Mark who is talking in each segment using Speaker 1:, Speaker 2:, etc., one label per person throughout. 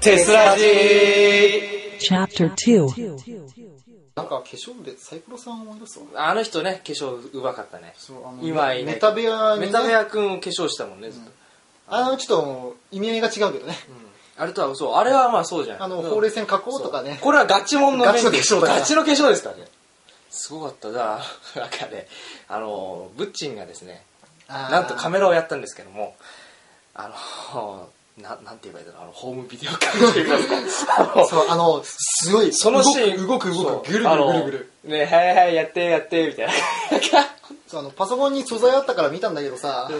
Speaker 1: テスラジー
Speaker 2: Chapter 2.
Speaker 3: なんか化粧でサイコロさん思い出すわ
Speaker 1: あの人ね、化粧うまかったね。
Speaker 3: そうあの
Speaker 1: 今いない
Speaker 3: メタ部屋に、ね、
Speaker 1: メタ部屋くん化粧したもんね、ずっと。
Speaker 3: あのちょっともう意味合いが違うけどね、
Speaker 1: あれとは、そう、あれはまあそうじゃん。
Speaker 3: あの
Speaker 1: うん
Speaker 3: ほうれい線加工とかね
Speaker 1: これはガチモンの
Speaker 3: ガチの化粧だから
Speaker 1: ガチの化粧ですからね。すごかっただ。なん かね、あの、ブッチンがですね、
Speaker 3: あー
Speaker 1: なんとカメラをやったんですけども、あの、ななんて言えばいいんだろう、あの、ホームビデオ感というかあの
Speaker 3: そうあのすごい
Speaker 1: そのシーン、
Speaker 3: 動く動く動くぐる
Speaker 1: そ
Speaker 3: ぐ
Speaker 1: うあ
Speaker 3: るぐ
Speaker 1: の
Speaker 3: るぐる
Speaker 1: ね、はいはい、やって、やって、みたいな。
Speaker 3: そうあのパソコンに素材あったから見たんだけどさ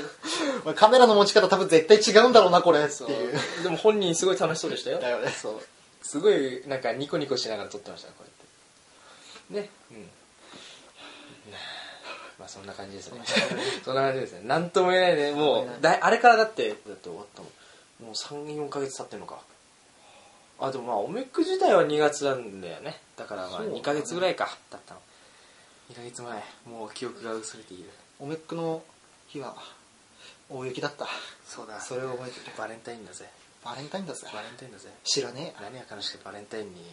Speaker 3: 俺カメラの持ち方多分絶対違うんだろうなこれっていう
Speaker 1: でも本人すごい楽しそうで したよ。
Speaker 3: だよね
Speaker 1: そう。すごい、なんかニコニコしながら撮ってましたね、こうやって。ね。うん。まあそんな感じですね。 そんな感じですね。なんとも言えないね。もう、だいあれからだって、だって終わったもん。もう3、4ヶ月経ってるのか。あ、でもまあ、オメック自体は2月なんだよね。だからまあ
Speaker 3: そうだね
Speaker 1: 2ヶ月ぐらいか、だったの。2ヶ月前。もう記憶が薄れている。
Speaker 3: オメックの日は大雪だった
Speaker 1: そうだ
Speaker 3: それを覚えてる
Speaker 1: バレンタインだぜ。
Speaker 3: バレンタインだぜ
Speaker 1: バレンタインだぜ。
Speaker 3: 知らねえ
Speaker 1: 何やかのしてバレンタインに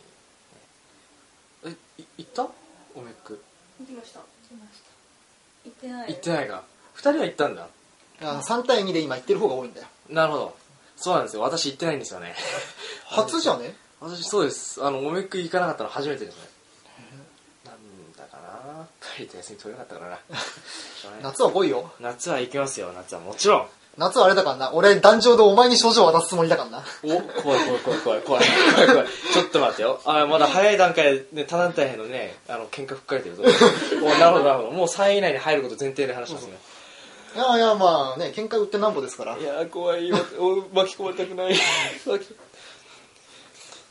Speaker 1: えい行ったオメック
Speaker 4: 行きました行きました行ってない
Speaker 1: 行ってないか2人は行ったんだ
Speaker 3: あの3対2で今言ってる方が多いんだよ
Speaker 1: なるほどそうなんですよ私行ってないんですよね
Speaker 3: 初じゃね
Speaker 1: 私そうですあのオメック行かなかったの初めてですねなんだかな2人と休み取れなかったから なしょうがない
Speaker 3: 夏は来いよ
Speaker 1: 夏は行きますよ夏はもちろん
Speaker 3: 夏はあれだからな俺壇上でお前に症状渡すつもりだからな
Speaker 1: お怖い怖い怖い怖い怖い怖い怖い怖いちょっと待ってよ あまだ早い段階で、ね、他団体へのねあの喧嘩吹っかけ てるぞおなるほどなるほどもう3位以内に入ること前提で話しますね
Speaker 3: いやいやまあね喧嘩売ってなんぼですから
Speaker 1: いやー怖いよお巻き込まれたくない巻き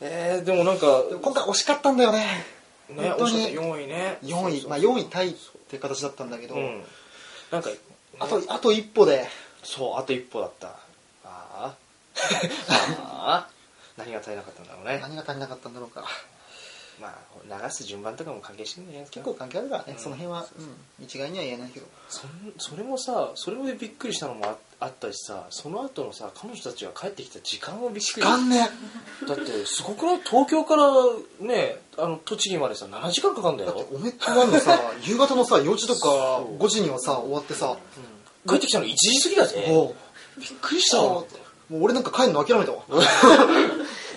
Speaker 1: えー、でもなんか
Speaker 3: でも今回惜しかったんだよね
Speaker 1: ね
Speaker 3: 本当
Speaker 1: 惜
Speaker 3: に
Speaker 1: しかった4位ね
Speaker 3: 4位まあ4位タイって形だったんだけど、
Speaker 1: うんなんか
Speaker 3: あとあと一歩で
Speaker 1: そうあと一歩だったあ ーあー何が足りなかったんだろうね
Speaker 3: 何が足りなかったんだろうか
Speaker 1: まあ流す順番とかも関係してるんじゃないですか
Speaker 3: 結構関係あるからね、
Speaker 1: うん
Speaker 3: その辺は、うん、一概には言えないけど
Speaker 1: そんそれもさそれもびっくりしたのもああったしさその後のさ彼女たちが帰ってきた時間もびっくり
Speaker 3: 元年
Speaker 1: だってすごくない東京からねあの栃木までさ7時間かかるんだ
Speaker 3: だって
Speaker 1: よ
Speaker 3: おめっとなん のさ夕方のさ4時とか5時にはさ終わってさ、
Speaker 1: 帰ってきたの1時過ぎだぜ
Speaker 3: おう
Speaker 1: びっくりし
Speaker 3: あ
Speaker 1: た
Speaker 3: ーも
Speaker 1: わ
Speaker 3: う俺なんか帰るの諦めたわ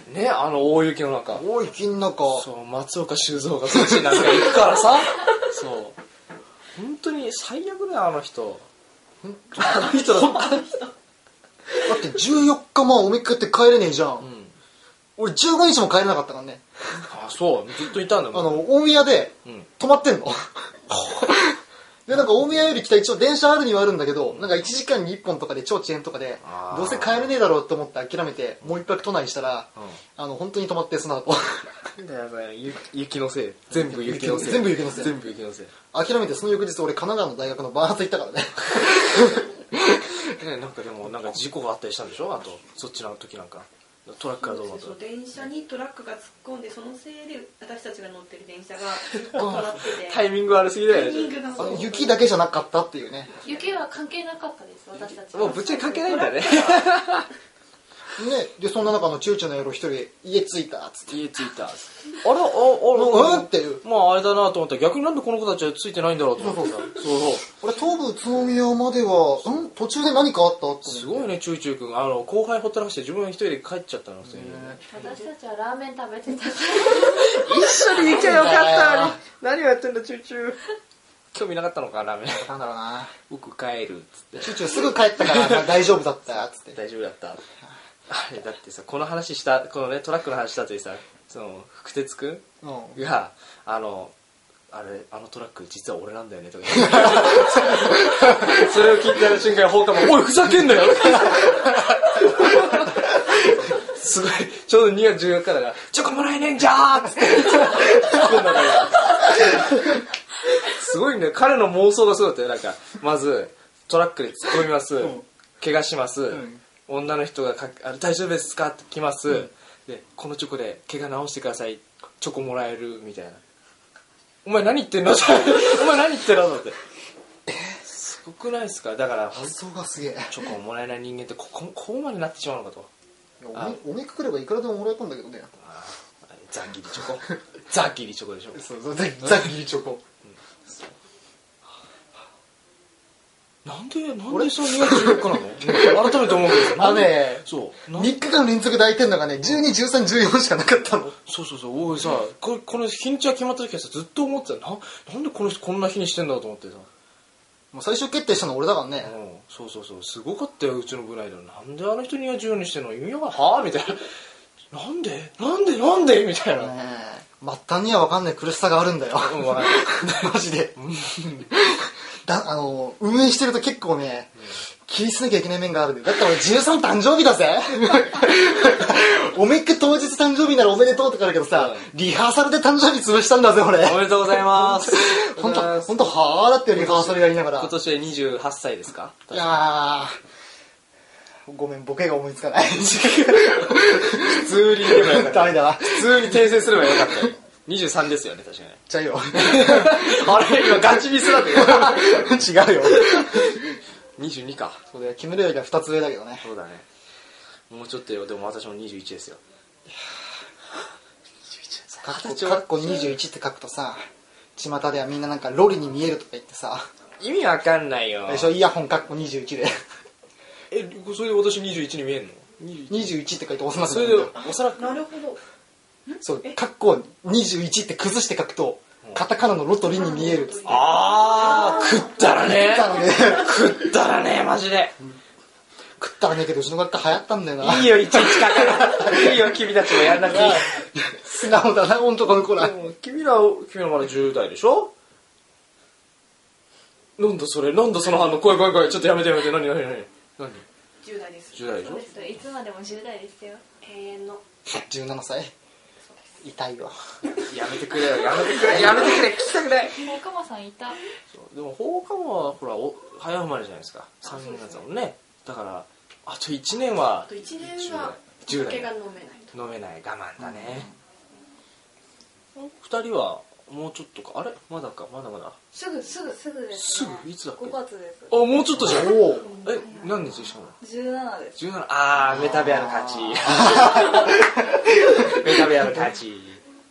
Speaker 1: ねあの大雪の中
Speaker 3: 大雪の中
Speaker 1: そう松岡修造が栃木なんか行くからさ そう本当に最悪だよあの人あの人だ
Speaker 3: だって14日もおめっかって帰れねえじゃん、
Speaker 1: うん
Speaker 3: 俺15日も帰れなかったからね
Speaker 1: あそうずっといたんだ
Speaker 3: あ
Speaker 1: もん
Speaker 3: の大宮で
Speaker 1: うん
Speaker 3: 止まってんのでなんか大宮より来た一応電車あるにはあるんだけどなんか1時間に1本とかで超遅延とかで
Speaker 1: あー
Speaker 3: どうせ帰れねえだろうと思って諦めてもう一泊都内にしたら、
Speaker 1: うん
Speaker 3: あの本当に止まってその後
Speaker 1: だよだよゆ雪のせい全部雪のせい
Speaker 3: 全部雪のせい
Speaker 1: 全部雪のせい
Speaker 3: 諦めてその翌日俺神奈川の大学のバーツ行っ たからね
Speaker 1: ねなんかでもなんか事故があったりしたんでしょあとそっちの時なんかトラックがどうなった
Speaker 4: そう電車にトラックが突っ込んでそのせいで私たちが乗ってる電車が止まってて
Speaker 1: タイミング悪すぎだ
Speaker 4: タ
Speaker 1: よ
Speaker 4: イミング
Speaker 1: ね
Speaker 4: が
Speaker 3: あ
Speaker 4: そ
Speaker 3: の
Speaker 4: う
Speaker 3: 雪だけじゃなかったっていうね
Speaker 5: 雪は関係なかったです私たち
Speaker 1: もうぶっちゃけ関係ないんだね
Speaker 3: ねでそんな中の中々の夜一人家着いたっつって
Speaker 1: 家着いたあれああ
Speaker 3: うんっていう
Speaker 1: まああれだなと思ったら逆になんでこの子たちはついてないんだろうと思ってさそうそう
Speaker 3: 俺東武宇都宮まではん途中で何かあったと思って
Speaker 1: すごいねチューチュー君あの後輩ほったらかして自分一人で帰っちゃったの普通に
Speaker 5: 私たちはラーメン食べてたから
Speaker 1: 一緒に行
Speaker 3: きゃよかったのに
Speaker 1: 何をやってんだチューチュー興味なかったのかラーメン
Speaker 3: なんだろうな
Speaker 1: 僕帰るっつっ
Speaker 3: 中々すぐ帰ったからまあ大丈夫だったっつって
Speaker 1: て大丈夫だ ったあれだってさこの話したこのねトラックの話した後にさその福哲くん
Speaker 3: うん
Speaker 1: が、あの、あれ、あのトラック実は俺なんだよねとか言って それを聞いた瞬間、放課後、おい、ふざけんなよすごい、ちょうど2月14日だから、チョコもらえねえんじゃ ーっつって、突っ込んだから。すごいね、彼の妄想がすごいだったよ。なんか、まず、トラックで突っ込みます。怪我します。
Speaker 3: ん
Speaker 1: 女の人がかあの大丈夫ですかって来ます、でこのチョコで怪我直してくださいチョコもらえるみたいなお前何言ってんのお前何言ってんのだってすごくないですかだから
Speaker 3: 発想がすげえ
Speaker 1: チョコをもらえない人間ってこここうまでなってしまうのかと
Speaker 3: お
Speaker 1: あ
Speaker 3: めおめくくればいくらでももらえたんだけどね
Speaker 1: ああれザンギリチョコ ザンギリチョコでしょ
Speaker 3: そうそうざざっきりチョコ
Speaker 1: なんでなんでそう2月14日なの ね改めて思うけど
Speaker 3: あのね
Speaker 1: そうなん
Speaker 3: 3日間連続で空いてんのがね121314しかなかったの
Speaker 1: そうそうそう俺さこれこの日にちが決まった時はさずっと思ってたななんでこの人こんな日にしてんだろうと思ってさ
Speaker 3: もう最終決定したの俺だからね
Speaker 1: うんそうそうそうすごかったようちの部内ではなんであの人2月14にしてんの意味わかんはあみたいななんでなんでなんでみたいな、
Speaker 3: ねえ末端には分かんない苦しさがあるんだよ
Speaker 1: うんわかんない
Speaker 3: マジでだあの運営してると結構ね気にしなきゃいけない面があるんでだって俺13誕生日だぜおめっく当日誕生日ならおめでとうとかあるけどさリハーサルで誕生日潰したんだぜ俺
Speaker 1: おめでとうござい ます
Speaker 3: 本当本当はあだってリハーサルやりながら
Speaker 1: 今年で28歳ですか
Speaker 3: いやーごめんボケが思いつかない
Speaker 1: 普通に言えばよかった
Speaker 3: ダメだわ
Speaker 1: 普通に訂正すればよかったよ23ですよね確かに
Speaker 3: じゃあ よ
Speaker 1: あれ今ガチミス だって
Speaker 3: 違うよ
Speaker 1: 22か
Speaker 3: そうだよ木村よりは2つ上だけどね
Speaker 1: そうだねもうちょっとよでも私も21ですよ
Speaker 3: かっこかっこ21って書くとさ巷ではみんななんかロリに見えるとか言ってさ
Speaker 1: 意味わかんないよ
Speaker 3: 最初イヤホンかっこ21で
Speaker 1: えそれで私21に見えんの21
Speaker 3: 21って書いて押さなく
Speaker 1: そ
Speaker 3: な
Speaker 1: れ
Speaker 3: る
Speaker 1: で
Speaker 3: んだよ
Speaker 1: おそらく
Speaker 4: なるほど
Speaker 3: そうかっこ21って崩して書くとカタカナのロトリに見えるっつって
Speaker 1: あー食ったらね
Speaker 3: だからね
Speaker 1: 食ったらねマジで
Speaker 3: 食ったらねえけどうちの学科流行ったんだよない
Speaker 1: いよいちいち書かなくていいよ君たちもやんなくていい
Speaker 3: 素直だな本当この子ら
Speaker 1: でも君ら君らまだ10代でしょなんだそれなんだその反応怖い怖い怖いちょっとやめてやめて何何何何
Speaker 4: 10代です
Speaker 1: 10代でし
Speaker 5: そう
Speaker 1: ょ
Speaker 5: ですいつまでも10代ですよ永遠の
Speaker 3: 17歳痛いわ
Speaker 1: やめてくれよやめてくれやめてくれ聞きたくない
Speaker 5: もうかまさんいた
Speaker 1: でも放課後はほらお早生まれじゃないですか3年月だもんねだからあと1年は
Speaker 4: あと1年は
Speaker 1: 10代
Speaker 4: 酒が飲めないと
Speaker 1: 飲めない我慢だね、二2人はもうちょっとかあれまだかまだまだ
Speaker 2: すぐすぐすぐです
Speaker 1: す
Speaker 2: ね
Speaker 1: ぐいつだっけ
Speaker 2: 5月です
Speaker 1: あもうちょっとじゃん
Speaker 3: おお
Speaker 1: え何日でしたの
Speaker 2: 17です
Speaker 1: 17あーメタベアの勝 ちメタベアの勝ち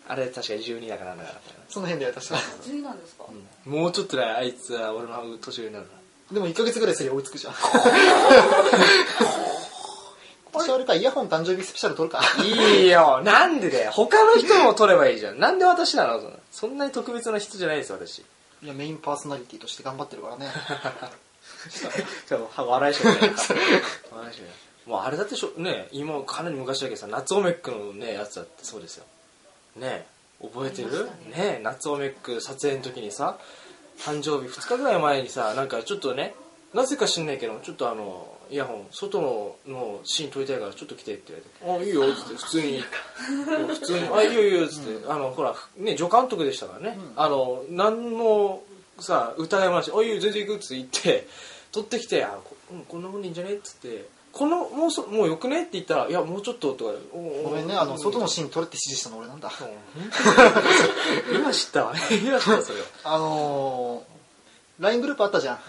Speaker 1: あれ確か12だからなんだから
Speaker 3: その辺で私は
Speaker 2: 12なんですか
Speaker 1: もうちょっとであいつは俺の年上になるな
Speaker 3: でも1ヶ月ぐらいすりゃ追いつく じゃん今年あれかイヤホン誕生日スペシャル撮るか
Speaker 1: いいよなんでだよ他の人も取ればいいじゃんなんで私なのそんなに特別な人じゃないです私
Speaker 3: いやメインパーソナリティとして頑張ってる からね
Speaker 1: ちょっと笑いしかない 笑いしかないもうあれだってしょね今かなり昔だけどさ夏オメックのねやつだってそうですよねえ覚えてるねえ夏オメック撮影の時にさ誕生日2日ぐらい前にさなんかちょっとねなぜか知んないけどちょっとあのイヤホン外ののシーン撮りたいからちょっと来てって言われて「あいいよ」っつって普通 にうん普通に「あいいよいいよ」っつって、あのほらね助監督でしたからね、あの何のさ歌い話「あいいよ全然行く」っつって行って取ってきて「あこ,、うん、こんなもんでいいんじゃね?」っつって「このもうそもうよくね?」って言ったら「いやもうちょっと」とか「おうおう
Speaker 3: ごめんねあの外のシーン撮れって指示したの俺なんだ
Speaker 1: うん今知ったわ 今知ったそれを、
Speaker 3: あのー、LINE グループあったじゃん
Speaker 1: うん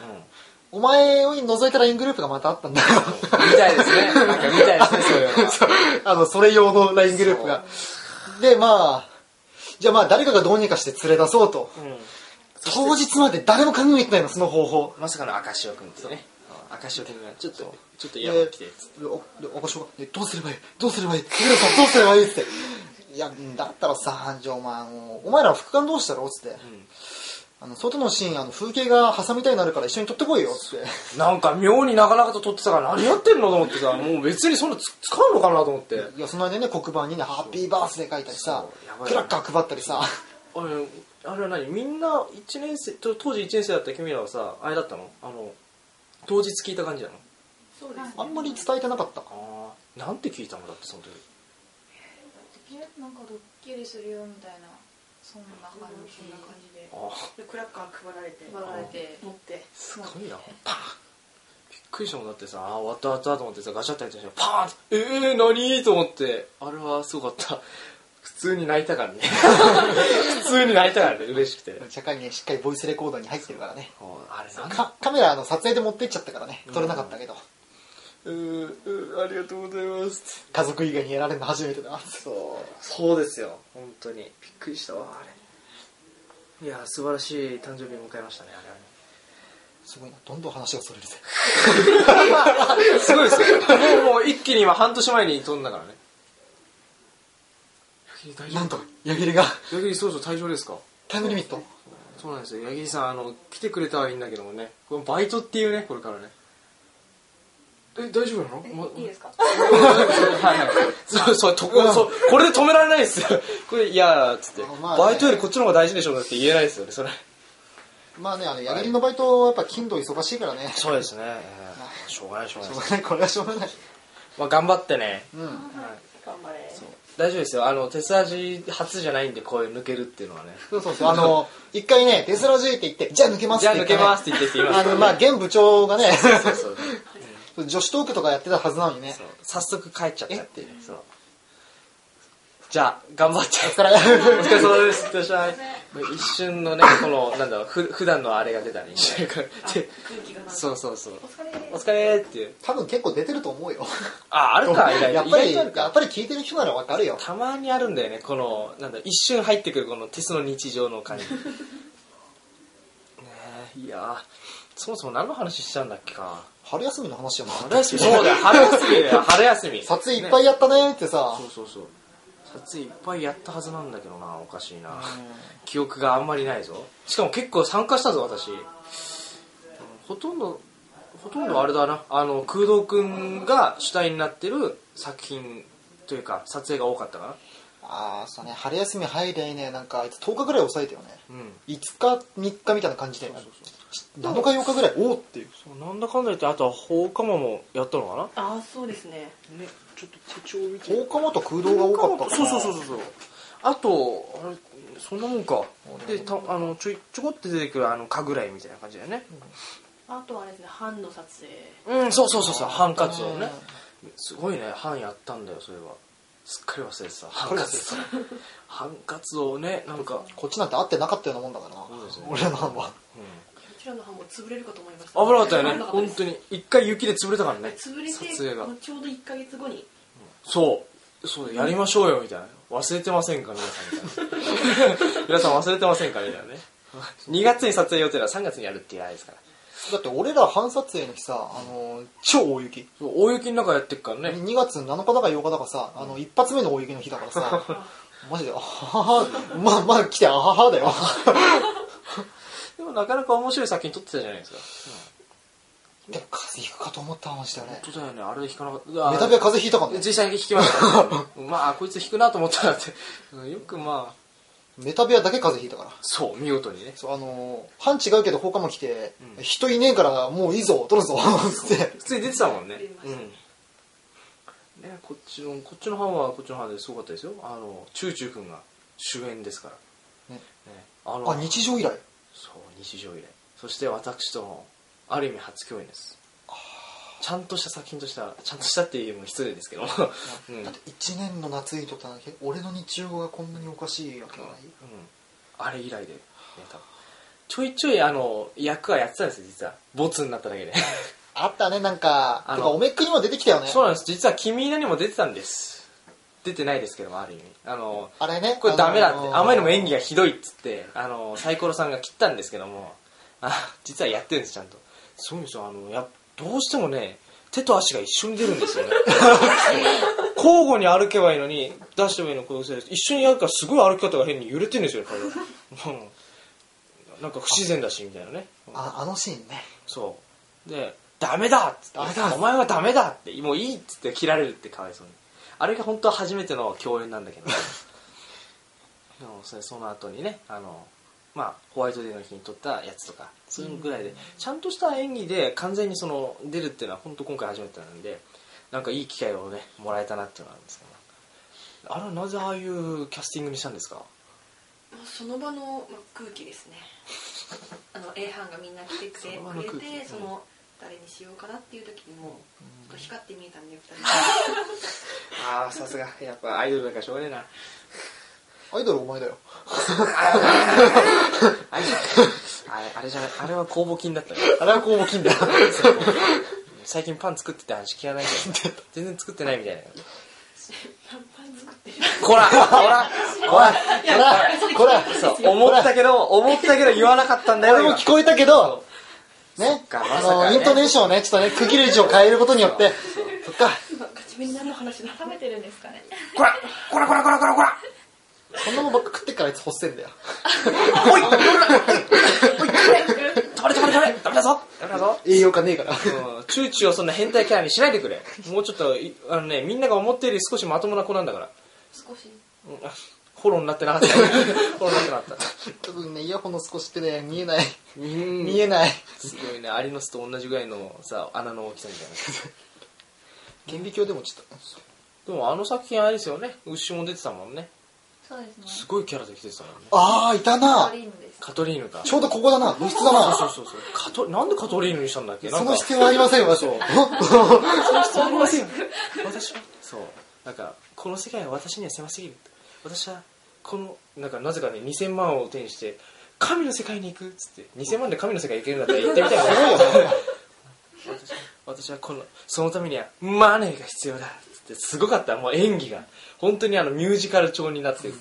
Speaker 3: お前を除いた LINE グループがまたあったんだよ
Speaker 1: みたいですねなんかみたいです ねそういうのは
Speaker 3: あの それ用の LINE グループがでまあじゃあまあ誰かがどうにかして連れ出そうと
Speaker 1: うん
Speaker 3: 当日まで誰も考えてないのその方法
Speaker 1: まさかの赤潮君ですね赤潮君がちょっとちょっとイ
Speaker 3: で
Speaker 1: ヤホン来てっつって
Speaker 3: おでお場所がでどうすればいいどうすればいい杉浦さんどうすればいいっていやだったらさじゃあお前あのお前ら副官同士だろっつって、あの外のシーンあの風景が挟みたいになるから一緒に撮ってこいよっつって
Speaker 1: なんか妙になかなかと撮ってたから何やってんのと思ってさもう別にそんなつ使うのかなと思って
Speaker 3: いやその間にね黒板にね「ハッピーバースデー」書いたりさ
Speaker 1: そうやばい
Speaker 3: クラッカー配ったりさ
Speaker 1: あれあれは何みんな一年生と当時1年生だった君らはさあれだったのあの当日聞いた感じなの
Speaker 4: そうですね
Speaker 3: あんまり伝えてなかったか
Speaker 1: ああなんて聞いたのだってその時
Speaker 2: なんかドッキリするよみたいなそんな感じ
Speaker 4: そんな感じで
Speaker 1: ああ
Speaker 4: でクラッカー配られて
Speaker 2: 配られて
Speaker 4: 持って
Speaker 1: すごいなパーンびっくりしたもんだってさあー終わった終わったと思ってさガシャってやったらパーンってええー、何と思ってあれはすごかった普通に泣いたからね 普通に泣いたからね嬉しくて
Speaker 3: 社会にしっかりボイスレコーダーに入ってるからね
Speaker 1: あーあれなんだ
Speaker 3: かカメラあの撮影で持ってっちゃったからね撮れなかったけど、
Speaker 1: うーうーありがとうございます
Speaker 3: 家族以外にやられるの初めてだな
Speaker 1: そうそうですよ本当にびっくりしたわあれいや素晴らしい誕生日を迎えましたねあれはね
Speaker 3: すごいなどんどん話がそれるぜ
Speaker 1: すごいですよ。もうもう一気に今半年前に飛んだからね。八木大丈
Speaker 3: なんと矢切が
Speaker 1: 夫八木そろそろ退場ですか
Speaker 3: タイムリミット
Speaker 1: そうなんですよ。八木さん、あの、来てくれたはいいんだけどもね。このバイトっていうね、これからね。え、大丈夫なの
Speaker 4: え
Speaker 1: ま
Speaker 4: いいですか
Speaker 1: はいはい。 そう、そう、とこ、そう、これで止められないですよ。これ、いやー、つって、
Speaker 3: あまあね
Speaker 1: バイトよりこっちの方が大事でしょうだって言えないですよね、それ。
Speaker 3: まあねあの矢切のバイトはやっぱ金土忙しいからね
Speaker 1: そうですね。しょうがない、しょうが
Speaker 3: し
Speaker 1: な
Speaker 3: ょ。
Speaker 1: いう
Speaker 3: がないこれはしょうがない
Speaker 1: まあ、頑張ってね。
Speaker 3: うん
Speaker 4: 頑張れ
Speaker 1: 大丈夫ですよ。あの、手筋初じゃないんで、こういう抜けるっていうのはね。
Speaker 3: そうそうそうあの一回ねデスラジーって言ってじゃあ抜けます
Speaker 1: じ
Speaker 3: っ
Speaker 1: ゃあ抜
Speaker 3: て言って
Speaker 1: け
Speaker 3: ね
Speaker 1: ますって言ってって言いま
Speaker 3: あ
Speaker 1: した
Speaker 3: のまあ現部長がね
Speaker 1: そうそうそう
Speaker 3: 女子トークとかやってたはずなのにね
Speaker 1: そう早速帰っちゃったっていうねそうじゃあ頑張って
Speaker 3: だから
Speaker 1: お疲れ様ですいってらっしゃい一瞬のねこのなんだろうふ普段のあれが出たり 一瞬からで
Speaker 4: 空気がなんか
Speaker 1: そうそうそう
Speaker 4: お疲れ
Speaker 1: お疲れーっていう
Speaker 3: 多分結構出てると思うよ
Speaker 1: ああるか意外
Speaker 3: や
Speaker 1: と意
Speaker 3: っぱ
Speaker 1: 外
Speaker 3: り
Speaker 1: とある
Speaker 3: や
Speaker 1: か
Speaker 3: っぱり聞いてる人ならわかるよ
Speaker 1: たまにあるんだよねこのなんだ一瞬入ってくるこのテスの日常の 感じねえいやーそもそも何の話したんだっけか
Speaker 3: 春休みの話やもん
Speaker 1: 春休み そうだよ春休みだよ春休 み
Speaker 3: 撮影いっぱいやったねってさ
Speaker 1: そうそうそう撮影いっぱいやったはずなんだけどなおかしいな記憶があんまりないぞしかも結構参加したぞ私うんほとんどほとんどあれだなあの空洞くんが主体になってる作品というか撮影が多かったか
Speaker 3: ああそうね春休み入りゃいいねなんかあいつ10日ぐらい抑えたよね
Speaker 1: なうん
Speaker 3: 5日3日みたいな感じで
Speaker 1: そうそう
Speaker 3: 7日4日ぐらいおおっていう
Speaker 1: そうそうなんだかんだ言ってあとは放課後もやったのかな
Speaker 4: ああそうですね
Speaker 1: ねちょっと手帳見
Speaker 3: 放課後と空洞が多かった
Speaker 1: そうそうそう
Speaker 3: う
Speaker 1: そうそうあとあれそんなもんかでたあのちょいちょこって出てくるあの神楽井みたいな感じだよね
Speaker 4: あとはあれですね班の撮影
Speaker 1: うんそうそうそうそうハンカツをねすごいねハンやったんだよそれはすっかり忘れてたハンカツハンカツをねなんか
Speaker 3: こっちなんて会ってなかったようなもんだからな
Speaker 1: そうですね
Speaker 3: 俺らの班は
Speaker 4: こちらの班も潰れるかと思いました
Speaker 1: 危なかったよね
Speaker 4: 危なか
Speaker 1: 本
Speaker 4: です
Speaker 1: 当に一回雪で潰れたからね
Speaker 4: 潰れて
Speaker 1: 撮影が
Speaker 4: ちょうど1か月後に
Speaker 1: そうそうだやりましょうよみたいな忘れてませんか皆さんみたいな皆さん忘れてませんかみたいなね2月に撮影予定は3月にやるって言わないですから
Speaker 3: だって俺ら半撮影の日さあのー超大雪
Speaker 1: そう大雪の中やってっからね
Speaker 3: 2月7日だか8日だかさあの一発目の大雪の日だからさ マジであははまあまあ来てあははだよ
Speaker 1: でもなかなか面白い作品撮ってたじゃないですか
Speaker 3: でも風邪ひくかと思った話だよね
Speaker 1: 本当だよねあれで弾かなかった
Speaker 3: メタビは風邪ひいたかもね
Speaker 1: 実際に弾きました、 まあこいつ弾くなと思ったらってうんよくまあ
Speaker 3: メタビはだけ風邪ひいたから
Speaker 1: そう見事にね
Speaker 3: そうあのー班違うけど放課も来て、
Speaker 1: うん
Speaker 3: 人いねえからもういいぞ取るぞつって
Speaker 1: 普通に出てたもんね
Speaker 4: 出てま
Speaker 1: う
Speaker 4: し
Speaker 1: ん
Speaker 4: た
Speaker 1: ねこっちのこっちの班はこっちの班ですごかったですよあのチューチュー君が主演ですから
Speaker 3: ね
Speaker 1: あの
Speaker 3: あ日常以来
Speaker 1: そう日常以来そして私とのある意味初共演ですちゃんとした作品としたちゃんとしたっていうのも失礼ですけ ども、うん
Speaker 3: だって1年の夏にとったんだけど俺の日常がこんなにおかしいわけがない、
Speaker 1: うん、あれ以来で、ね、多分ちょいちょいあの役はやってたんですよ実はボツになっただけで
Speaker 3: あったねなんか
Speaker 1: あの
Speaker 3: とかおめっくにも出てきたよね
Speaker 1: そうなんです実は「君稲」にも出てたんです出てないですけどもある意味あの
Speaker 3: あれね
Speaker 1: これダメだって、
Speaker 3: のー
Speaker 1: あまりにも演技がひどいっつってあのサイコロさんが切ったんですけどもあ実はやってるんですちゃんとすごいんですよあのやどうしてもね手と足が一緒に出るんですよ ね交互に歩けばいいのに出してもいいのこのせいです一緒にやるからすごい歩き方が変に揺れてるんですよ体がうんなんか不自然だしみたいなね
Speaker 3: ああのシーンね
Speaker 1: そうで「ダメだ!」っつって
Speaker 3: ダメだ
Speaker 1: お前はダメだ!」って「もういい!」っつって切られるってかわいそうにあれが本当は初めての共演なんだけ どでもそれその後にねあのまあホワイトデーの日に撮ったやつとかそういうのぐらいで、ちゃんとした演技で完全にその出るっていうのは本当今回初めてなんでなんかいい機会をねもらえたなっていうのがあるんですけどあれはなぜああいうキャスティングにしたんですか
Speaker 4: まあその場の、まあ、空気ですねあの A 班がみんな来てく
Speaker 1: そ
Speaker 4: れ
Speaker 1: の場の
Speaker 4: て
Speaker 1: 空気うん
Speaker 4: その誰にしようかなっていう時にもちょっと光って見えたんで2人
Speaker 1: ああさすがやっぱアイドルだからしょうがね えな
Speaker 3: アイドルお前だよ
Speaker 1: あれあれじゃないあれは公募金だったよ
Speaker 3: あれはこうも金だよ
Speaker 1: そう最近パン作ってて話聞かないけど全然作ってないみたいな
Speaker 4: パンパン作ってる
Speaker 1: こらこらこら
Speaker 4: や
Speaker 3: これこれ
Speaker 1: そう思ったけど思ったけど言わなかったんだよ
Speaker 3: 俺も聞こえたけどね
Speaker 1: かま
Speaker 3: あ
Speaker 1: さか
Speaker 3: の
Speaker 1: ね
Speaker 3: イントネーションをねちょっとね区切る位置を変えることによってそっか
Speaker 4: ガチめになる話だ
Speaker 2: 食べてるんですかね
Speaker 1: こらこらこらこらこらこら
Speaker 3: そんなもんばっか食ってっからあいつ干せんだよ
Speaker 1: おいこらおいこれ止まれ止まれ止まれダメだぞダメだぞ
Speaker 3: 栄養価ねえから
Speaker 1: うんチューチューをそんな変態キャラにしないでくれもうちょっといあのねみんなが思ったより少しまともな子なんだから
Speaker 4: 少し
Speaker 1: うんあフォローになってな かったフォローになってなかった
Speaker 3: 多分ねイヤホンの少しってね見えない
Speaker 1: 見
Speaker 3: 見えない
Speaker 1: すごいねアリノスと同じぐらいのさ穴の大きさみたいな
Speaker 3: 顕微鏡でもちょっと
Speaker 1: でもあの作品あれですよね牛も出てたもんね
Speaker 2: そうですね
Speaker 1: すごいキャラできてたもんね
Speaker 3: ああいたな
Speaker 2: クリームです
Speaker 1: カトリーヌか
Speaker 3: ちょうどここだな物質だ
Speaker 1: そう
Speaker 3: な
Speaker 1: そうそうそうカトなんでカトリーヌにしたんだっけな
Speaker 3: そ
Speaker 1: ん
Speaker 3: の
Speaker 1: か
Speaker 3: 必要はありませんわ
Speaker 1: そう
Speaker 3: その必要ありません
Speaker 1: 私はそうなんかこの世界は私には狭すぎる私はこのなんかなぜかね2000万を手にして神の世界に行くっつって2000万で神の世界行けるんだったら行ってみたいな 私は私はこのそのためにはマネーが必要だっつってすごかったもう演技が本当にあのミュージカル調になってる、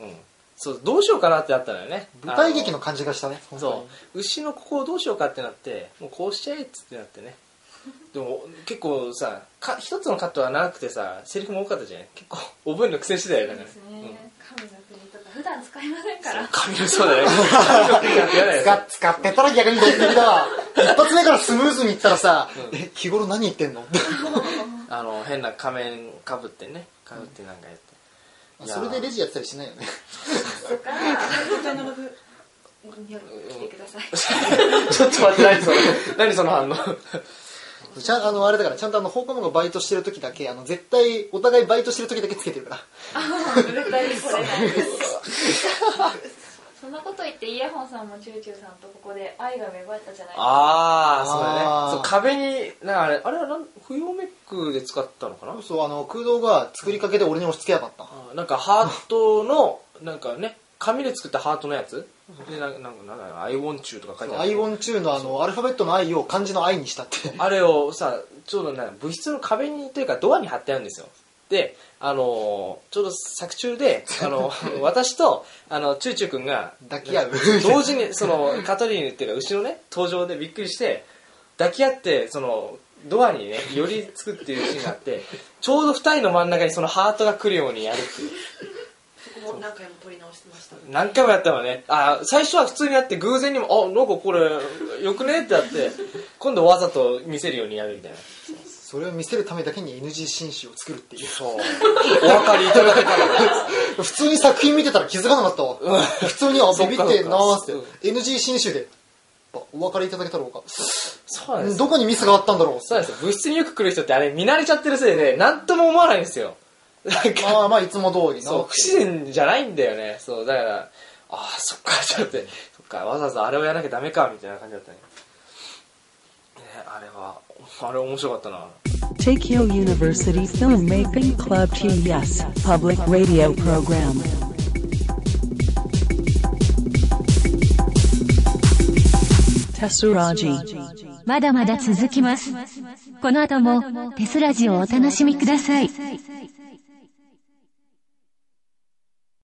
Speaker 1: うん、そうどうしようかなってあったのよね
Speaker 3: 舞台劇の感じがしたね
Speaker 1: そう牛のここをどうしようかってなってもうこうしちゃえっつってなってねでも結構さか一つのカットは長くてさセリフも多かったじゃん結構覚えるの苦戦してたよだからね
Speaker 5: 神の国とか普段使いませんから
Speaker 1: 髪のそうだよ髪の毛なんて嫌だよ
Speaker 3: 使使ってたら逆に別的だわ一発目からスムーズにいったらさ、え日頃何言ってんの
Speaker 1: あの変な仮面かぶってねかぶってなんかやって、いや
Speaker 3: それでレジやってたりしないよね
Speaker 4: じゃあ並ぶにゃ来てください
Speaker 1: ちょっと待って何その何その反応
Speaker 3: ちゃんあのあれだからちゃんとあの放課後のバイトしてる時だけあの絶対お互いバイトしてる時だけつけてるから
Speaker 2: 絶対にこれない
Speaker 5: そんなこと言ってイヤホンさんもチューチューさんとここで愛が芽生えたじゃない
Speaker 1: ああそうだ
Speaker 3: あ
Speaker 1: ね
Speaker 3: ー
Speaker 1: そう壁になんかあれあれはなん不要メックで使ったのかな
Speaker 3: そうそうあの空洞が作りかけで俺に押し付けやがった
Speaker 1: あなんかハートの なんかね紙で作ったハートのやつでなんかなんかなんか「I want you」とか書いて
Speaker 3: ア
Speaker 1: あ
Speaker 3: イ
Speaker 1: る
Speaker 3: オン中のあのアルファベットの愛を漢字の愛にしたって
Speaker 1: あれをさちょうどね部室の壁にというかドアに貼ってあるんですよであのーちょうど作中 であの私とあのチューチュー君が
Speaker 3: 抱き 合う
Speaker 1: 同時にそのカトリーヌっていうか牛のね登場でびっくりして抱き合ってそのドアにね寄りつくっていうシーンがあってちょうど二人の真ん中にそのハートが来るようにやるっていう
Speaker 4: そこも何回も撮り直してました
Speaker 1: 何回もやったわねあ最初は普通にやって偶然にも「あなんかこれよくね?」ってやって今度わざと見せるようにやるみたいな
Speaker 3: それを見せるためだけに NG 紳士を作るっていう
Speaker 1: そうお分かりいただけたら
Speaker 3: 普通に作品見てたら気づかなかったわ普通にあ
Speaker 1: そっ
Speaker 3: ビビ
Speaker 1: か
Speaker 3: ってんなーっ
Speaker 1: そって
Speaker 3: NG 新種でやっぱお分かりいただけたろうか
Speaker 1: そうなんですよ
Speaker 3: どこにミスがあったんだろう
Speaker 1: そうなんですよ部室によく来る人ってあれ見慣れちゃってるせいで何とも思わないんですよなんか
Speaker 3: まあまあいつも通りな
Speaker 1: そう不自然じゃないんだよねそうだからあーそっか ちょっと待ってそっかわざわざあれをやらなきゃダメかみたいな感じだったねねあれはあれ面白かったな
Speaker 6: Tokyo University Filmmaking Club TES Public Radio Program. Tesuraji.
Speaker 7: まだまだ続きます。この後もテスラジをお楽しみください。